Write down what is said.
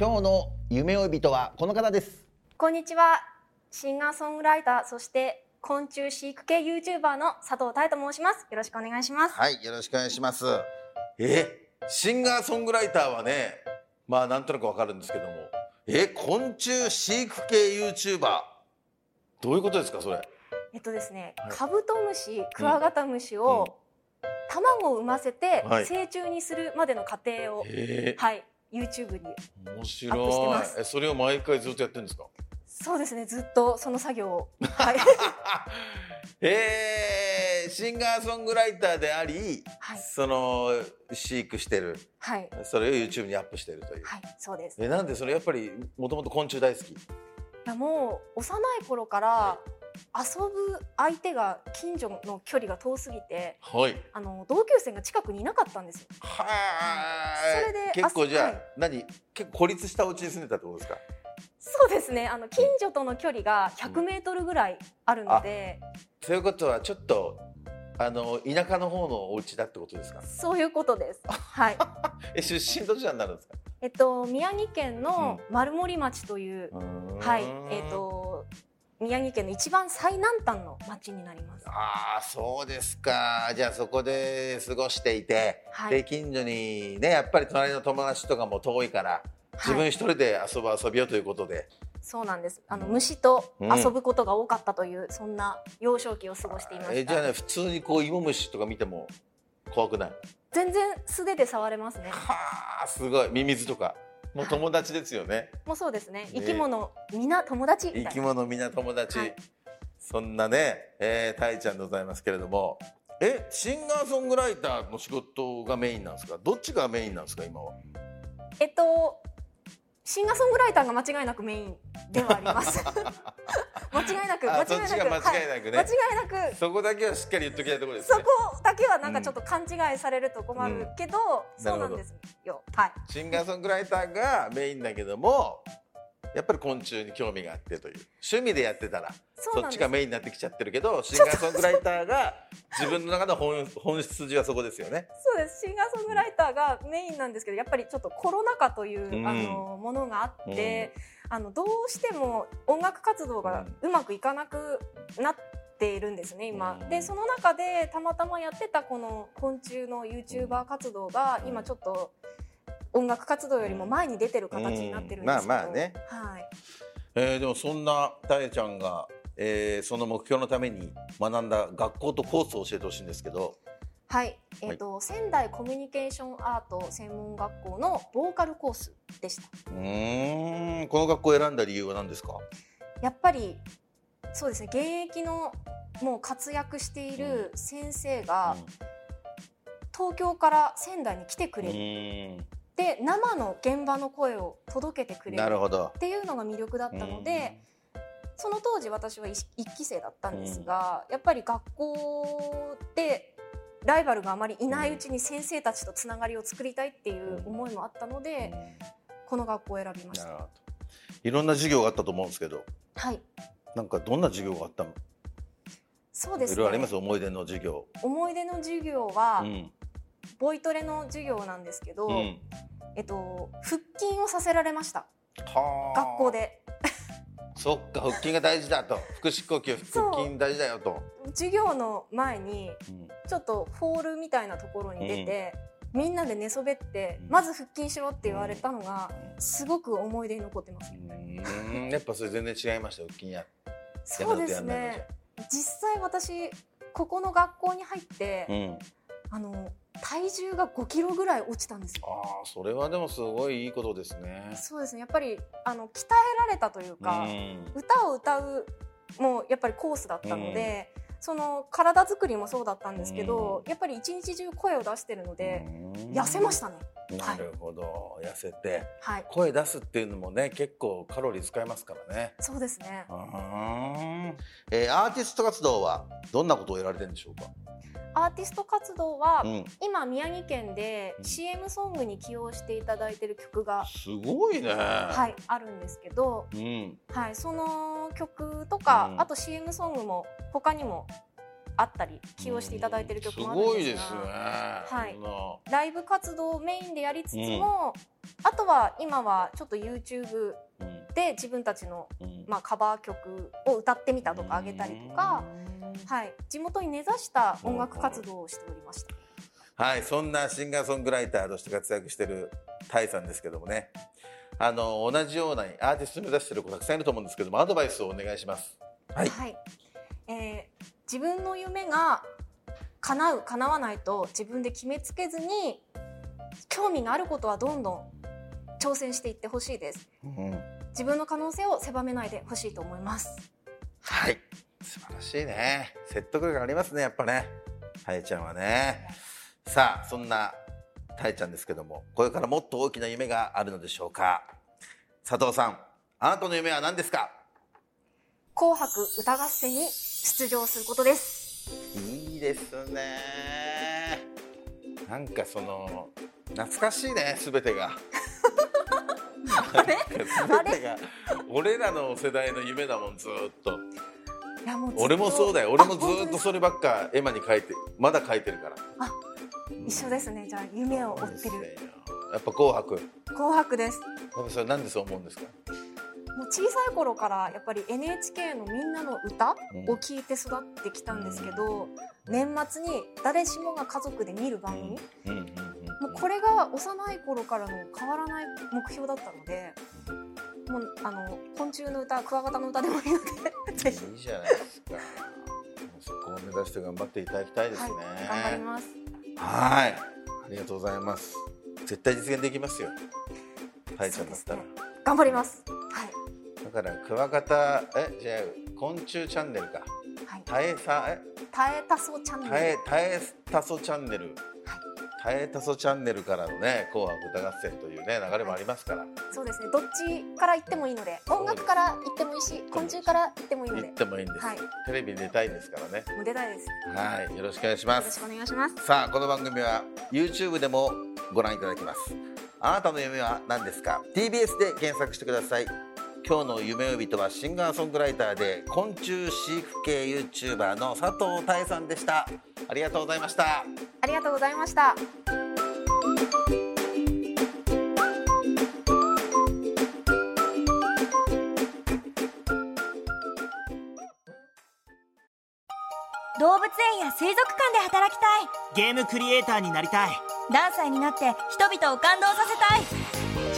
今日の夢追い人はこの方ですこんにちは。シンガーソングライター、そして昆虫飼育系 YouTuber の佐藤太と申します。よろしくお願いします。はいよろしくお願いしますえシンガーソングライターはねまあなんとなくわかるんですけどもえ昆虫飼育系 YouTuber どういうことですかそれえっとですね、はいカブトムシ、クワガタムシを卵を産ませてはい成虫にするまでの過程を、えはい、YouTube に。ー、面アップして白まいすえそれを毎回ずっとやってるんですか そうですね、ずっとその作業を。はい。えー、シンガーソングライターであり、はいその飼育してるはい。それを YouTube にアップしてるという、はい、そうです。いえなんでそれやっぱりもともと昆虫大好きやもう、幼い頃から、遊ぶ相手が近所の距離が遠すぎてはいあの同級生が近くにいなかったんですよはいそれで結構じゃあ、あはい何結構孤立したお家に住んでたってことですかそうですね。あの近所との距離が100メートルぐらいあるので、ということはちょっとあの田舎の方のお家だってことですか。そういうことです。 はい。え出身どちらになるんですか。えっと宮城県の丸森町という、はい。えっ。と宮城県の一番最南端の町になります。ああそうですか。じゃあそこで過ごしていて、はいで近所にねやっぱり隣の友達とかも遠いから自は分い、一人で遊ぶ遊びよということで。そうなんです。あの虫と遊ぶことが多かったという、そんな幼少期を過ごしていまえしじゃあた。ね普通にこう芋虫とか見ても怖くない。全然素手で触れますね。はあすごいミミズとかもう友達ですよね。もうそうですねね。生き物、みんな友達み生たいきな。物みんな友達、はいそんなね、えー、たいちゃんでございますけれどもえシンガーソングライターの仕事がメインなんですかどっちがメインなんですか今はえっと、シンガーソングライターが間違いなくメインではあり ます。間違いなく、間あそ違っいちがなく、間違いはなくいね、間違いなく、そこだけはしっかり言っときたいところですそねこだけはなんかちょっと勘違いされると困るけど、うんそうなんですよ。はい。シンガーソングライターがメインだけどもやっぱり昆虫に興味があってという趣味でやってたらそうそなっんちでがす。メインになってきちゃってるけどシンガーソングライターが自分の中の本本質はそこですよね。そうです。シンガーソングライターがメインなんですけど、やっぱりちょっとコロナ禍という、うんあのものがあって、あのどうしても音楽活動がうまくいかなくなっているんですね今、うんでその中でたまたまやってたこの昆虫の YouTuber 活動がうん今ちょっと音楽活動よりも前に出てる形になってるんですけど、うんまあまあねはい、えーでもそんなたえちゃんが、えーその目標のために学んだ学校とコースを教えてほしいんですけど、はいえっ、と、仙台コミュニケーションアート専門学校のボーカルコースでしたうーんこの学校を選んだ理由は何ですか、やっぱりそうですね現役のもう活躍している先生が東京から仙台に来てくうれるーんで生の現場の声を届けてくれるなるほど。っていうのが魅力だったので、その当時私は一一期生だったんですが、やっぱり学校でライバルがあまりいないうちに先生たちとつながりを作りたいっていう思いもあったのうんで、なこの学校を選びましるた。ほどいろんな授業があったと思うんですけどはい、なんかどんな授業があったの、そういですろいろね。あります思い出の授業。思い出の授業は、うんボイトレの授業なんですけど、うんえっと腹筋をさせられました。はあ学校でそっか腹筋が大事だと腹式呼吸そう腹筋大事だよと、授業の前にうんちょっとフォールみたいなところに出て、みんなで寝そべってまず腹筋しろって言われたのがすごく思い出に残ってますうんやっぱそれ全然違いましたよ金ややそめうろっでてやすんないのじね実際私ここの学校に入って、ゃうんあの体重が5キロぐらい落ちたんですよああそれはでもすごいいいことですねそうですねやっぱりあの鍛えられたというか、うん歌を歌うもうやっぱりコースだったので、その体作りもそうだったんですけど、やっぱり一日中声を出してるので、うん痩せましたねなるほど痩せてはい声出すっていうのもね結構カロリー使いますからねそうですねうんえーアーティスト活動はどんなことをやられてるんでしょうかアーティスト活動は、うん今宮城県で CM ソングに起用していただいてる曲が、すごいねはい、あるんですけど、うんはい、その曲とか、うんあと CM ソングも他にもあったり起用していただいてる曲もあるんですすがごいですねはいそライブ活動をメインでやりつつも、あとは今はちょっと YouTube んなで自分たちの、うんうんまあ、カバー曲を歌ってみたとか上げたりとか、はい、地元に根ざした音楽活動をしておりました。はい、そんなシンガーソングライターとして活躍してるタイさんですけどもね、あの同じようなアーティスト目指してる子たくさんいると思うんですけども、アドバイスをお願いします。はいはいえー自分の夢が叶う叶わないと自分で決めつけずに興味があることはどんどん挑戦していってほしいです自分の可能性を狭めないでほしいと思いますはい、素晴らしいね。説得力ありますね、やっぱね。タイちゃんはね。さあ、そんなタイちゃんですけども、これからもっと大きな夢があるのでしょうか。佐藤さん、あなたの夢は何ですか紅白歌合戦に出場することですいいですね。なんかその懐かしいね、すべてが。 あれ全てが俺らの世代の夢だもんずーっといやもうずっと俺もそうだよ俺もずあ本ー当っでとすそればっか絵馬に書いてまだ書いてるから一緒ですねじゃあ夢を追ってるやっぱ紅白や紅白ですっぱそれなんでそう思うんですかもう小さい頃からやっぱり NHK の「みんなの歌を聞いて育ってきたんですけど、年末に誰しもが家族で見る番組、うんうんうんもうこれが幼い頃からの変わらない目標だったのでもうあの昆虫の歌クワガタの歌でもいいの でぜひ、いいじゃないですかもうそこを目指して頑張っていただきたいですはいね、頑張りますはい。ありがとうございます。絶対実現できますよ。タイちゃんだったら。そう頑張りますはいだからクワガタえじゃあ昆虫チャンネルか。はいタエサえ耐えたそうチャンネルタエタエタソチャンネル。タエタソチャンネルからのね紅白歌合戦というね流れもありますからそうですねどっちから行ってもいいので音楽から行ってもいいし昆虫から行ってもいいの行でってもいいんです。はいテレビに出たいんですからね。もう出たいですよはいよろしくお願いしまろしすくお。願いしますさあこの番組は YouTube でもご覧いただけますあなたの夢は何ですか TBS で検索してください今日の夢呼人はシンガーソングライターで昆虫飼育系 YouTuber の佐藤大さんでしたありがとうございましたありがとうございました動物園や水族館で働きたいゲームクリエイターになりたいダンサーになって人々を感動させたい